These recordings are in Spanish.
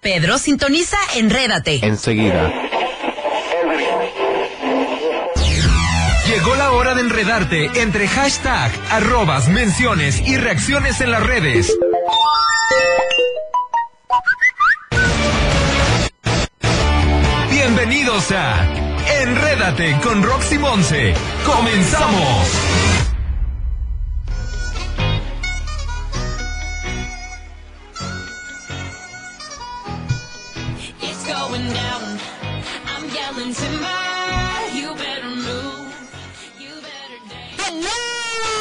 Pedro, sintoniza Enrédate. Enseguida. Llegó la hora de enredarte entre hashtag, arrobas, menciones y reacciones en las redes. Bienvenidos a Enrédate con Roxy Monse. ¡Comenzamos! It's going down. I'm yelling timber. You better move. You better dance.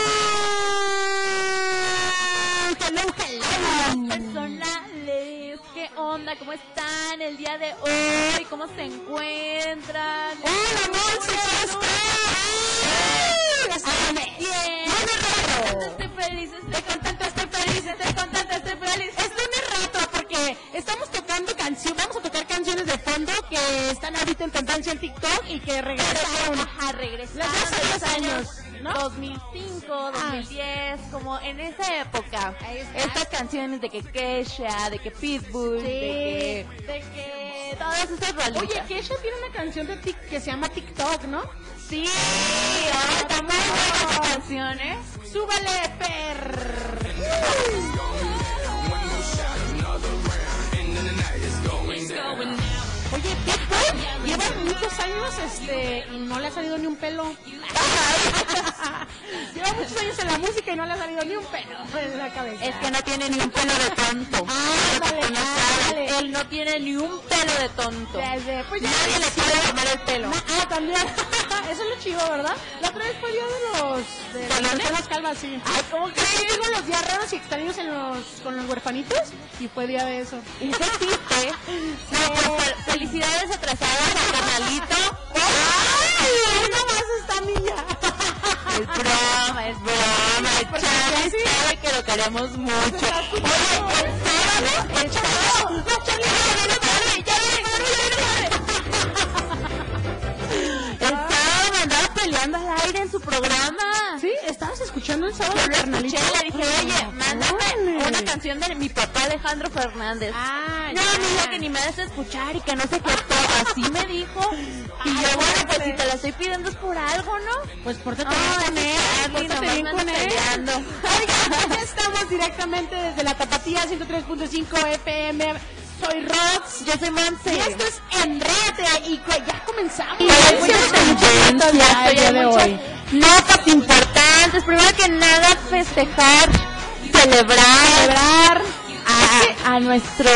personales. ¿Qué onda? ¿Cómo están el día de hoy? ¿Cómo se encuentran? Hola, Monse, ¿cómo estás? Espérame. Bien. Lunes rato. Estoy feliz, estoy Estoy contenta, estoy feliz, estoy contenta, estoy feliz. Es lunes rato porque estamos tocando canciones, vamos a tocar canciones de fondo que están ahorita en tendencia en TikTok y que regresaron. a regresar Las de hace dos años, ¿no? Ah. 2005, 2010, como en esa época. Estas canciones de que Kesha, de que Pitbull, de que todas esas rolitas. Oye, Kesha tiene una canción de Tik- que se llama TikTok, ¿no? sí, ahorita muy buenas canciones. ¿eh? ¡Súbale, per! It's going down. Oye, Pitbull lleva muchos años este, y no le ha salido ni un pelo. lleva muchos años en la música y no le ha salido ni un pelo en la cabeza. Es que no tiene ni un pelo de tonto. Ándale, Porque no sabe, ándale. Él no tiene ni un pelo de tonto. Desde- pues ya- Nadie le puede tomar el pelo. Na- Ah, también. Eso es lo chido, ¿verdad? La otra vez fue el día de los... De las ¿Talones? personas calvas, sí. Ay, ¿cómo Yo crees? tengo los días raros y extraños en los, con los huerfanitos y fue día de eso. ¿Y qué hiciste? No, pues, fel- felicidades atrasadas a carnalito. ¡Ay! ¡Una más esta niña! Es broma, es broma. El Porque Charlie sí. sabe que lo queremos mucho. Oye, el sábado, el sábado. El sábado me andaba peleando al aire en su programa. Sí, estabas escuchando el sábado Lo escuché, carnalito. le dije, oye, mándame Órale. una canción de mi papá Alejandro Fernández. Ah, No, ya. me dijo que ni me vas a escuchar y que no sé qué todo. Así me dijo. Y yo, bueno, pues si te la estoy pidiendo es por algo, ¿no? Pues pórtate bien Ah, con él, Charlie, pórtate nomás bien me con ando él. peleando. Oigan, ya estamos directamente desde la Tapatía 103.5 FM. Soy Rox. Yo soy Monse. Y esto es Enréate y cu- ya comenzamos. pues, Ya estoy Ya en de muchas hoy. Notas importantes. Primero que nada, festejar, celebrar Celebrar. a, a nuestro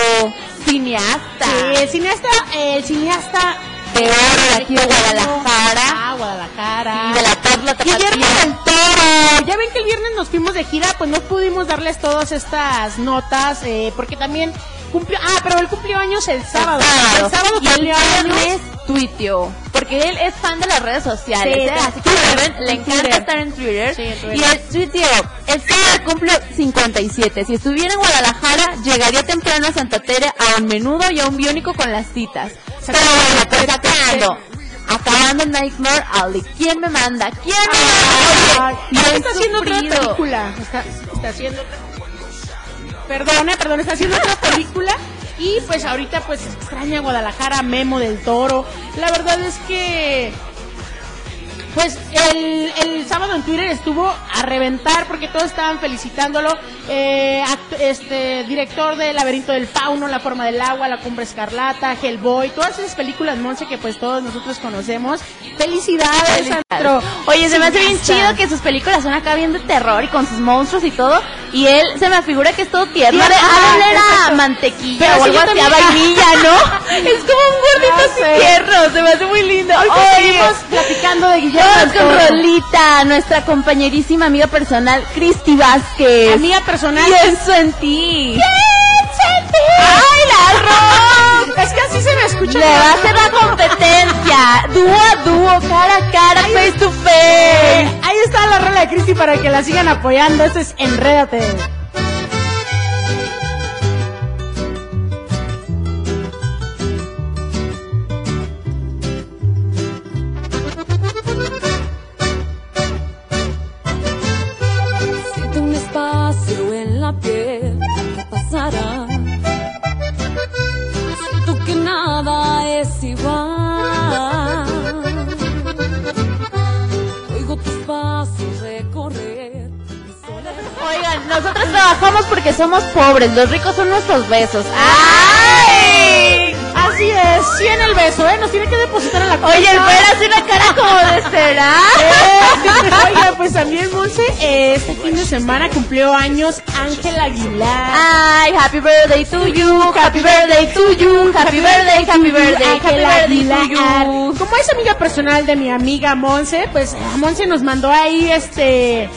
cineasta Sí, el cineasta, el cineasta de oro de aquí de Guadalajara, Ah, Guadalajara. y de la Puebla Guillermo Tapatía. del Toro. Ya ven que el viernes nos fuimos de gira, pues no pudimos darles todas estas notas, eh, porque también cumplió. Ah, pero él cumplió años el sábado. El sábado y el cumplió años. viernes tuiteó. Porque él es fan de las redes sociales. Sí, ¿eh? de Así que Twitter, le- le en encanta Twitter. estar en Twitter. Sí, en Twitter. Y él tuiteó. El sábado cumplo 57. Si estuviera en Guadalajara, llegaría temprano a Santa Tere a un menudo y a un biónico con las citas. Pero bueno, pues acabando. Acabando Nightmare Alley. ¿Quién me manda? ¿Quién me manda? Ay, Oye, ya bien está haciendo otra sufrido. película. Está, está haciendo otra. Perdona, perdón, está haciendo otra película. Y pues ahorita pues extraña Guadalajara, Memo del Toro. La verdad es que. Pues el, el sábado en Twitter estuvo a reventar porque todos estaban felicitándolo. Eh, act- este director de Laberinto del Fauno, La Forma del Agua, La Cumbre Escarlata, Hellboy, todas esas películas, Monse, que pues todos nosotros conocemos. Felicidades, a nuestro Oye, se me hace bien cineasta. chido que sus películas son acá bien de terror y con sus monstruos y todo. Y él se me figura que es todo tierno. de- Tierno, Ha de ajá, oler a exacto. mantequilla Pero o sí, algo así, yo a también- vainilla, ¿no? es como un gordito No así sé. tierno. Se me hace muy lindo. pues Hoy Oye, seguimos platicando de Guillermo vamos del con Toro. Rolita, nuestra compañerísima amiga personal, Cristi Vázquez. Amiga personal. Pienso en ti. ¡Ay, la ropa! Es que así se me escucha. Le va a hacer la competencia. Dúo a dúo, cara a cara, face to face. Eh, Ahí está la rola de Cristi para que la sigan apoyando. Esto es Enrédate. Siento un espacio en la piel, ¿qué pasará? Nosotros trabajamos porque somos pobres, los ricos son nuestros besos. ¡Ay! Así es, sí en el beso, ¿eh? Nos tiene que depositar en la cuenta. Oye, el ver hace una cara como de será. Oiga, pues también, Monse, eh, este fin de semana cumplió años Ángel Ah, Aguilar. Ay, happy birthday to you, happy birthday to you, happy birthday, happy birthday, happy Ángel birthday to Aguilar. you. Como es amiga personal de mi amiga Monse, pues eh, Monse nos mandó ahí este.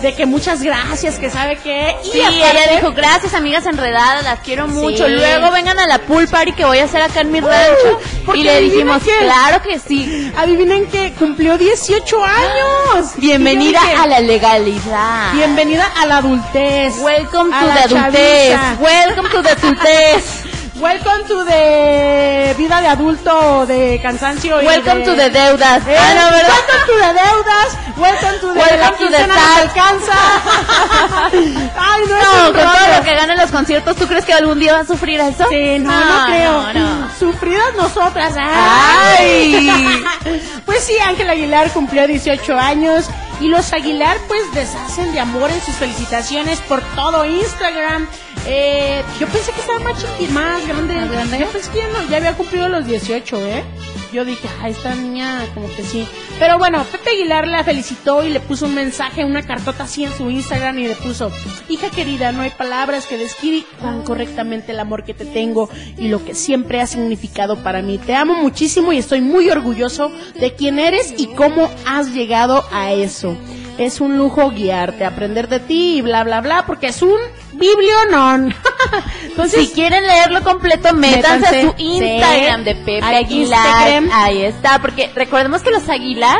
De que muchas gracias, que sabe que. Sí, ella dijo, gracias amigas enredadas, las quiero mucho. Sí. Luego vengan a la pool party que voy a hacer acá en mi rancho. porque Y le adivina dijimos, qué. claro que sí. Adivinen que cumplió 18 años. Bienvenida Y yo dije, a la legalidad. Bienvenida a la adultez. Welcome A to la the adultez. chaviza. Welcome to the adultez. Welcome to the vida de adulto, de cansancio. y Welcome de- to the deudas. Eh, Ah, no, ¿verdad? Welcome to the deudas. Welcome to the Welcome la to the quincena no tax. te alcanza. Ay, no, es No, un con todo rollo. lo que ganan los conciertos, ¿tú crees que algún día va a sufrir eso? Sí, no, no, creo. no, no. Sufridas nosotras. Ay. pues sí, Ángel Aguilar cumplió 18 años y los Aguilar pues deshacen de amor en sus felicitaciones por todo Instagram. Eh, yo pensé que estaba más chiqui, más grande. Yo pensé que ya, no, ya había cumplido los 18, ¿eh? Yo dije, ah, esta niña como que sí. Pero bueno, Pepe Aguilar la felicitó y le puso un mensaje, una cartota así en su Instagram y le puso, hija querida, no hay palabras que describan correctamente el amor que te tengo y lo que siempre ha significado para mí. Te amo muchísimo y estoy muy orgulloso de quién eres y cómo has llegado a eso. Es un lujo guiarte, aprender de ti y bla, bla, bla, porque es un biblionón. Entonces, Si quieren leerlo completo, métanse, Métanse. a su Instagram Sí. de Pepe Al Aguilar. Instagram. Ahí está, porque recordemos que los Aguilar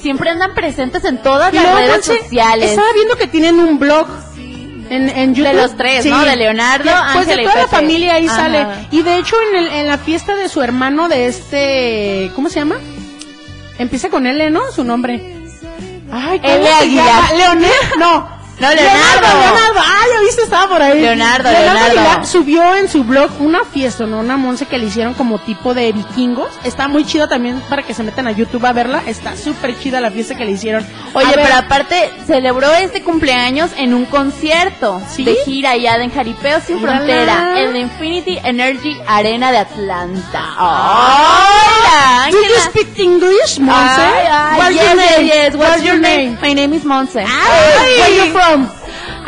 siempre andan presentes en todas las luego, redes Monse, sociales. Estaba viendo que tienen un blog en, en YouTube. De los tres, Sí. ¿no? De Leonardo, Pues Ángela de y toda la Pepe. familia ahí Ajá. sale. Y de hecho, en, el- en la fiesta de su hermano, de este. ¿Cómo se llama? Empieza con L, ¿no? Su nombre. Ay, ¿cómo L. se Aguilar. llama? Leonel, no. No, Leonardo. Leonardo, Leonardo. Ah, ya viste, estaba por ahí. Leonardo, Leonardo. Aguilar subió en su blog una fiesta, ¿no? Una monse que le hicieron como tipo de vikingos. Está muy chida también para que se metan a YouTube a verla. Está súper chida la fiesta que le hicieron. Oye, A ver, pero aparte celebró este cumpleaños en un concierto ¿Sí? de gira allá en Jaripeo Sin Mírala. Frontera, en la Infinity Energy Arena de Atlanta. ¡Hola, Do you Ángela! speak English, Monse? Ay, ay, What's yes, your yes, name? yes. What's your name? My name is Monse. Where are you from?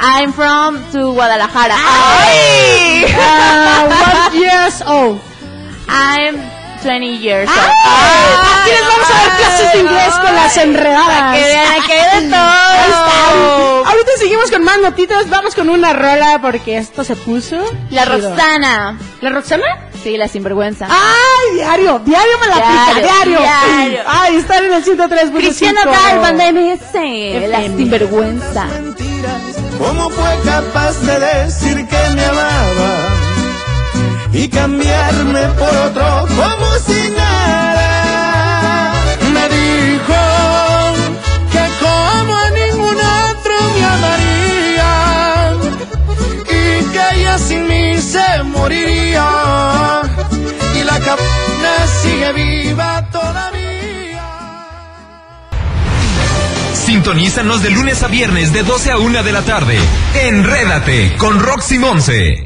I'm from to Guadalajara. Uh, what years old? I'm 20 years old. Aquí les vamos a dar clases de inglés con las enredadas. Que vean, aquí hay de Ahí todo. está. Ahorita seguimos con más notitas. Vamos con una rola porque esto se puso. La chido. Ah, Roxana. ¿La Roxana? Sí, la sinvergüenza. ¡Ay, diario! Diario me la aplica, Diario, diario. diario. ¡Ay, están en el 103.5! Cristiana Odal, banda MS. La FM. sinvergüenza. mentiras, ¿cómo fue capaz de decir que me amaba y cambiarme por otro como si nada? Me dijo que como a ningún otro me amaría y que ella sin mí se moriría y la capna sigue viva todavía. Sintonízanos de lunes a viernes de 12 a 1 de la tarde. Enrédate con Roxy Monse.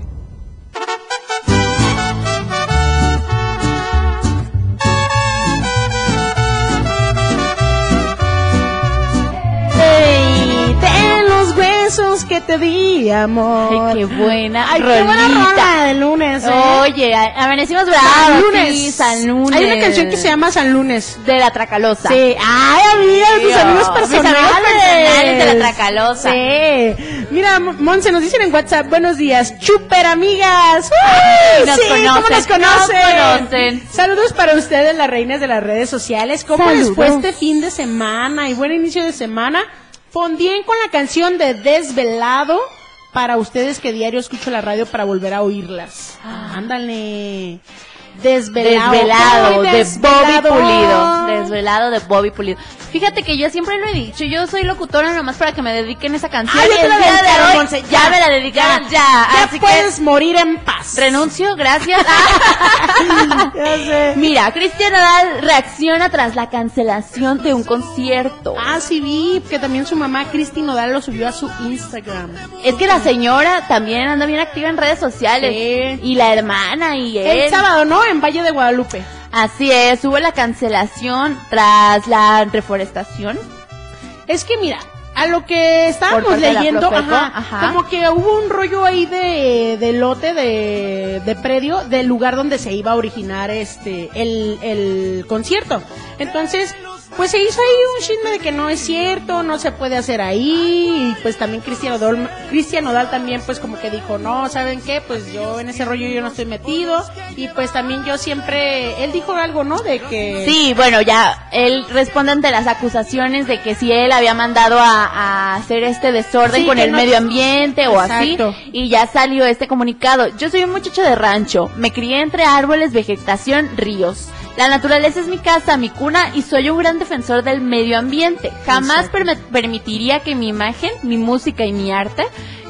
Ey, ten los huesos que te di, amor. Ay, qué buena. Ay, qué buena rolita. rola de lunes, ¿eh? Oye, a- amanecimos bravos. ah, San sí, lunes. San Lunes. Hay una canción que se llama San Lunes. De la Tracalosa. Sí, ay, amiga, de tus Dios, mis amigos amigos personales. personales de la Tracalosa. Sí. Mira, Mo- Monse, nos dicen en WhatsApp, buenos días, chuper amigas. ¡Uy! nos sí, ¿cómo conocen, nos conocen? nos conocen. Saludos para ustedes, las reinas de las redes sociales. ¿Cómo Saludos. les fue este fin de semana y buen inicio de semana? Fondien con la canción de Desvelado para ustedes que diario escucho la radio para volver a oírlas. Ándale. Desvelado. Ah. Desvelado, Ay, de Bobby desvelado. Pulido. Desvelado de Bobby Pulido. Fíjate que yo siempre lo he dicho, yo soy locutora nomás para que me dediquen esa canción. Ay, ya Y te el la día de dedicaron, hoy Monse, ya ya, me la dedicaron, ya. Ya Así que puedes morir en paz. renuncio, gracias. Ya sé. Mira, Cristian Nadal reacciona tras la cancelación de un concierto. Ah, sí vi que también su mamá Cristi Nodal lo subió a su Instagram. Es que la señora también anda bien activa en redes sociales. Sí. Y la hermana y él. El sábado, ¿no? En Valle de Guadalupe. Así es, hubo la cancelación tras la reforestación. Es que mira, a lo que Por estábamos parte de la leyendo, Profeco, ajá, ajá. como que hubo un rollo ahí de, de lote, de, de predio, del lugar donde se iba a originar este el, el concierto. Entonces, pues se hizo ahí un chisme de que no es cierto, no se puede hacer ahí, y pues también Cristian Odol, Cristian Odal también pues como que dijo, no, ¿saben qué? Pues yo en ese rollo yo no estoy metido, y pues también yo siempre, él dijo algo, ¿no? De que... Sí, bueno, ya él responde ante las acusaciones de que si él había mandado a, a hacer este desorden Sí, con que el no- medio ambiente o así, Exacto. y ya salió este comunicado. Yo soy un muchacho de rancho, me crié entre árboles, vegetación, ríos. La naturaleza es mi casa, mi cuna y soy un gran defensor del medio ambiente. Jamás perme- permitiría que mi imagen, mi música y mi arte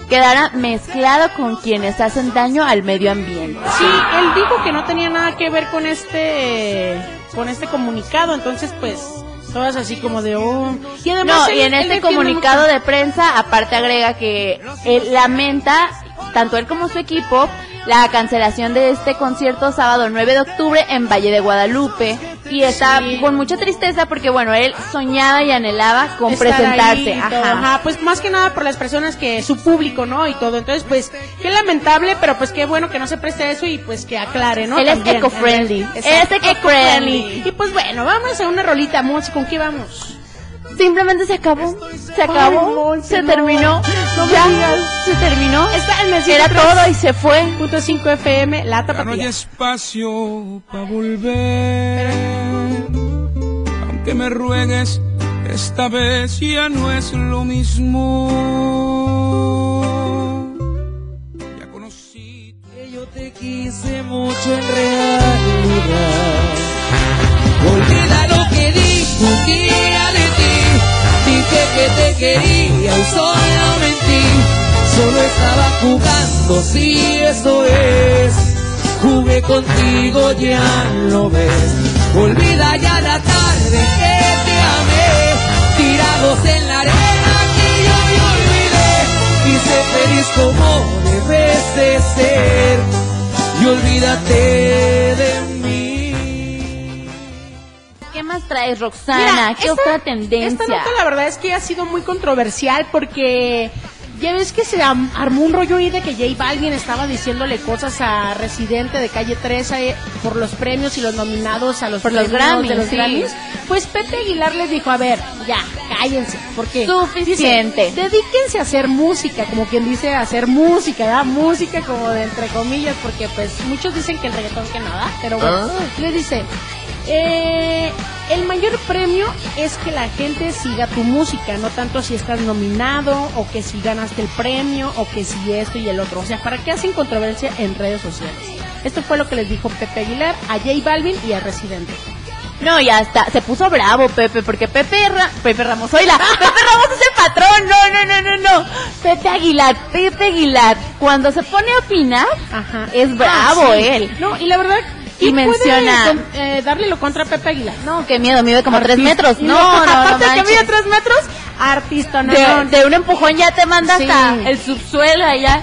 quedara mezclado con quienes hacen daño al medio ambiente. Sí, él dijo que no tenía nada que ver con este con este comunicado, entonces pues todas así como de oh. Y No, él- y en él este defiende comunicado mucho- de prensa, aparte agrega que él lamenta, tanto él como su equipo, la cancelación de este concierto sábado 9 de octubre en Valle de Guadalupe. Y está Sí. con mucha tristeza porque, bueno, él soñaba y anhelaba con estar presentarse. ahí y todo, Ajá. ajá, pues más que nada por las personas que su público, ¿no? Y todo. Entonces, pues qué lamentable, pero pues qué bueno que no se preste a eso y pues que aclare, ¿no? Él es También. eco-friendly. Exacto, Es eco-friendly. Y pues bueno, vamos a una rolita, Monse, ¿con qué vamos? Simplemente se acabó. Se acabó. Ay, Monse, se no. terminó. No me ya. digas. Se terminó. Está en el Era 103. todo y se fue. Punto 5 FM, lata Ya no hay papilla. espacio para volver. Aunque me ruegues, esta vez ya no es lo mismo. Ya conocí que yo te quise mucho en realidad. Olvida lo que dijo un día de ti. Dije que te quería y solo mentí. Solo estaba jugando, sí, eso es. Jugué contigo, ya lo ves. Olvida ya la tarde que te amé. Tirados en la arena que yo me olvidé. Quise feliz como debes de ser. Y olvídate de mí. ¿Qué más traes, Roxana? Mira, ¿Qué esta- otra tendencia? Esta nota la verdad es que ha sido muy controversial porque ya ves que se am- armó un rollo ahí de que J Balvin estaba diciéndole cosas a Residente de Calle 13 por los premios y los nominados a los Por los premios Grammys, de los sí. Grammys. Pues Pepe Aguilar les dijo, a ver, ya, cállense, porque Suficiente. dice, dedíquense a hacer música, como quien dice a hacer música, ¿verdad? Música como de entre comillas, porque pues muchos dicen que el reggaetón que nada, pero bueno, les dice, eh, el mayor premio es que la gente siga tu música, no tanto si estás nominado o que si ganaste el premio o que si esto y el otro. O sea, ¿para qué hacen controversia en redes sociales? Esto fue lo que les dijo Pepe Aguilar a J Balvin y a Residente. No, y hasta se puso bravo Pepe, porque Pepe, Ra- Pepe Ramos, oíla, Pepe Ramos es el patrón, no, no, no, no, no. Pepe Aguilar, Pepe Aguilar, cuando se pone a opinar, Ajá. es bravo Ah, sí. él. No, y la verdad, Y ¿quién puede menciona- con- eh, darle lo contra a Pepe Aguilar? No, qué miedo, mide como tres Artista. metros. Y No, luego, no, no, aparte que mide manches. tres metros, artista, no, no. de, de un empujón ya te mandas Sí. a el subsuelo allá.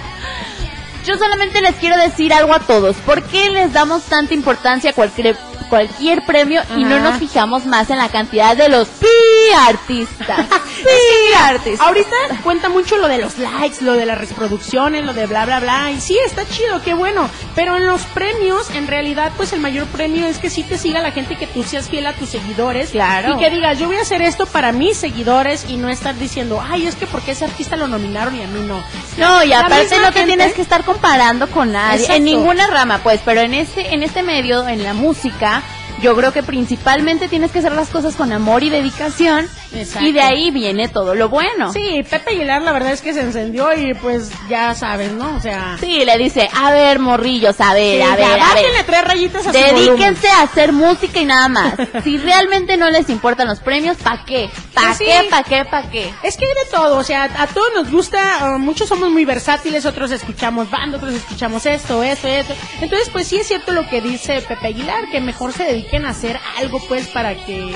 Yo solamente les quiero decir algo a todos. ¿Por qué les damos tanta importancia a cualquier cualquier premio y no Ajá. nos fijamos más en la cantidad de los pi artistas? pi artistas. Ahorita cuenta mucho lo de los likes, lo de las reproducciones, lo de bla, bla, bla. Y sí, está chido, qué bueno. Pero en los premios, en realidad, pues el mayor premio es que sí te siga la gente, que tú seas fiel a tus seguidores. Claro. Y que digas, yo voy a hacer esto para mis seguidores y no estar diciendo, ay, es que porque ese artista lo nominaron y a mí no. No, y La aparte misma no te gente- tienes que estar comparando con nadie, Exacto. en ninguna rama, pues, pero en este, en este medio, en la música, yo creo que principalmente tienes que hacer las cosas con amor y dedicación Exacto. Y de ahí viene todo lo bueno. Sí, Pepe Aguilar la verdad es que se encendió y pues ya sabes, ¿no? O sea, Sí, le dice, a ver, morrillos, a ver, sí, a ya, ver, a ver. bájenle tres rayitas a su volumen. Dedíquense a hacer música y nada más. Si realmente no les importan los premios, ¿pa' qué? ¿Pa' Pues sí. qué? ¿Pa' qué? ¿Pa' qué? Es que hay de todo, o sea, a todos nos gusta, eh, muchos somos muy versátiles, otros escuchamos banda, otros escuchamos esto, esto, esto. Entonces, pues sí es cierto lo que dice Pepe Aguilar, que mejor se dediquen a hacer algo, pues, para que,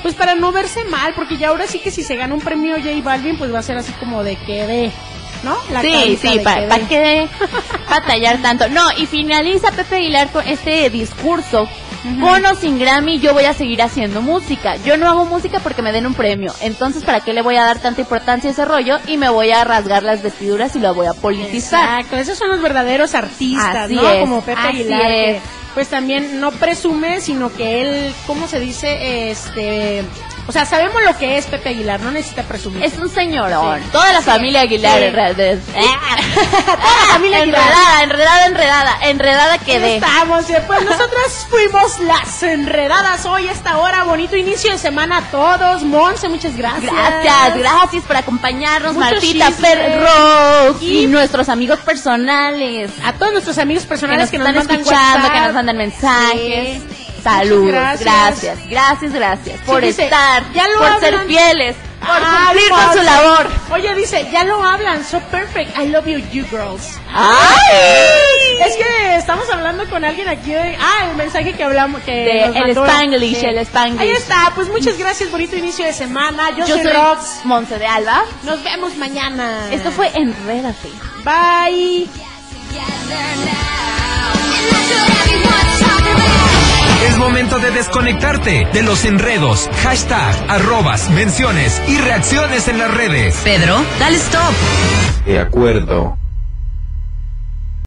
pues, para no verse mal, porque ya ahora sí que si se gana un premio J Balvin, pues va a ser así como de que de, ¿no? La Sí, carita sí, de ¿para que qué de. batallar tanto? No, y finaliza Pepe Aguilar con este discurso. Con o sin Grammy yo voy a seguir haciendo música. Yo no hago música porque me den un premio. Entonces, ¿para qué le voy a dar tanta importancia a ese rollo? Y me voy a rasgar las vestiduras y lo voy a politizar. Exacto, esos son los verdaderos artistas, Así ¿no? es, Como Pepe así Aguilar, que, es. pues también no presume, sino que él, ¿cómo se dice? Este, o sea, sabemos lo que es Pepe Aguilar, no necesita presumir. Es un señorón. Sí. Toda la familia Aguilar Sí. enredada. la familia Aguilar. enredada, enredada, enredada, enredada quedé. Estamos, eh, pues nosotras fuimos las enredadas hoy a esta hora. Bonito inicio de semana a todos. Monse, muchas gracias. Gracias, gracias por acompañarnos, Mucho Martita chisme. Perro Y- y nuestros amigos personales. A todos nuestros amigos que personales nos que nos, están mandan escuchando, WhatsApp. que nos mandan mensajes. Sí. Saludos, Muchas gracias. gracias, gracias, gracias por dice, estar, ya lo por hablan. ser fieles, por Ah, cumplir con Monse. su labor. Oye, dice, ya lo hablan, so perfect. I love you, you girls. ¡Ay! Es que estamos hablando con alguien aquí de, ah, el mensaje que hablamos que De nos el mandó. Spanglish, el Spanglish. Ahí está, pues muchas gracias, bonito inicio de semana. Yo, soy, Rox. Monse de Alba. Nos vemos mañana. Esto fue Enrédate. Bye. Es momento de desconectarte de los enredos, hashtag, arrobas, menciones y reacciones en las redes. Pedro, dale stop. De acuerdo.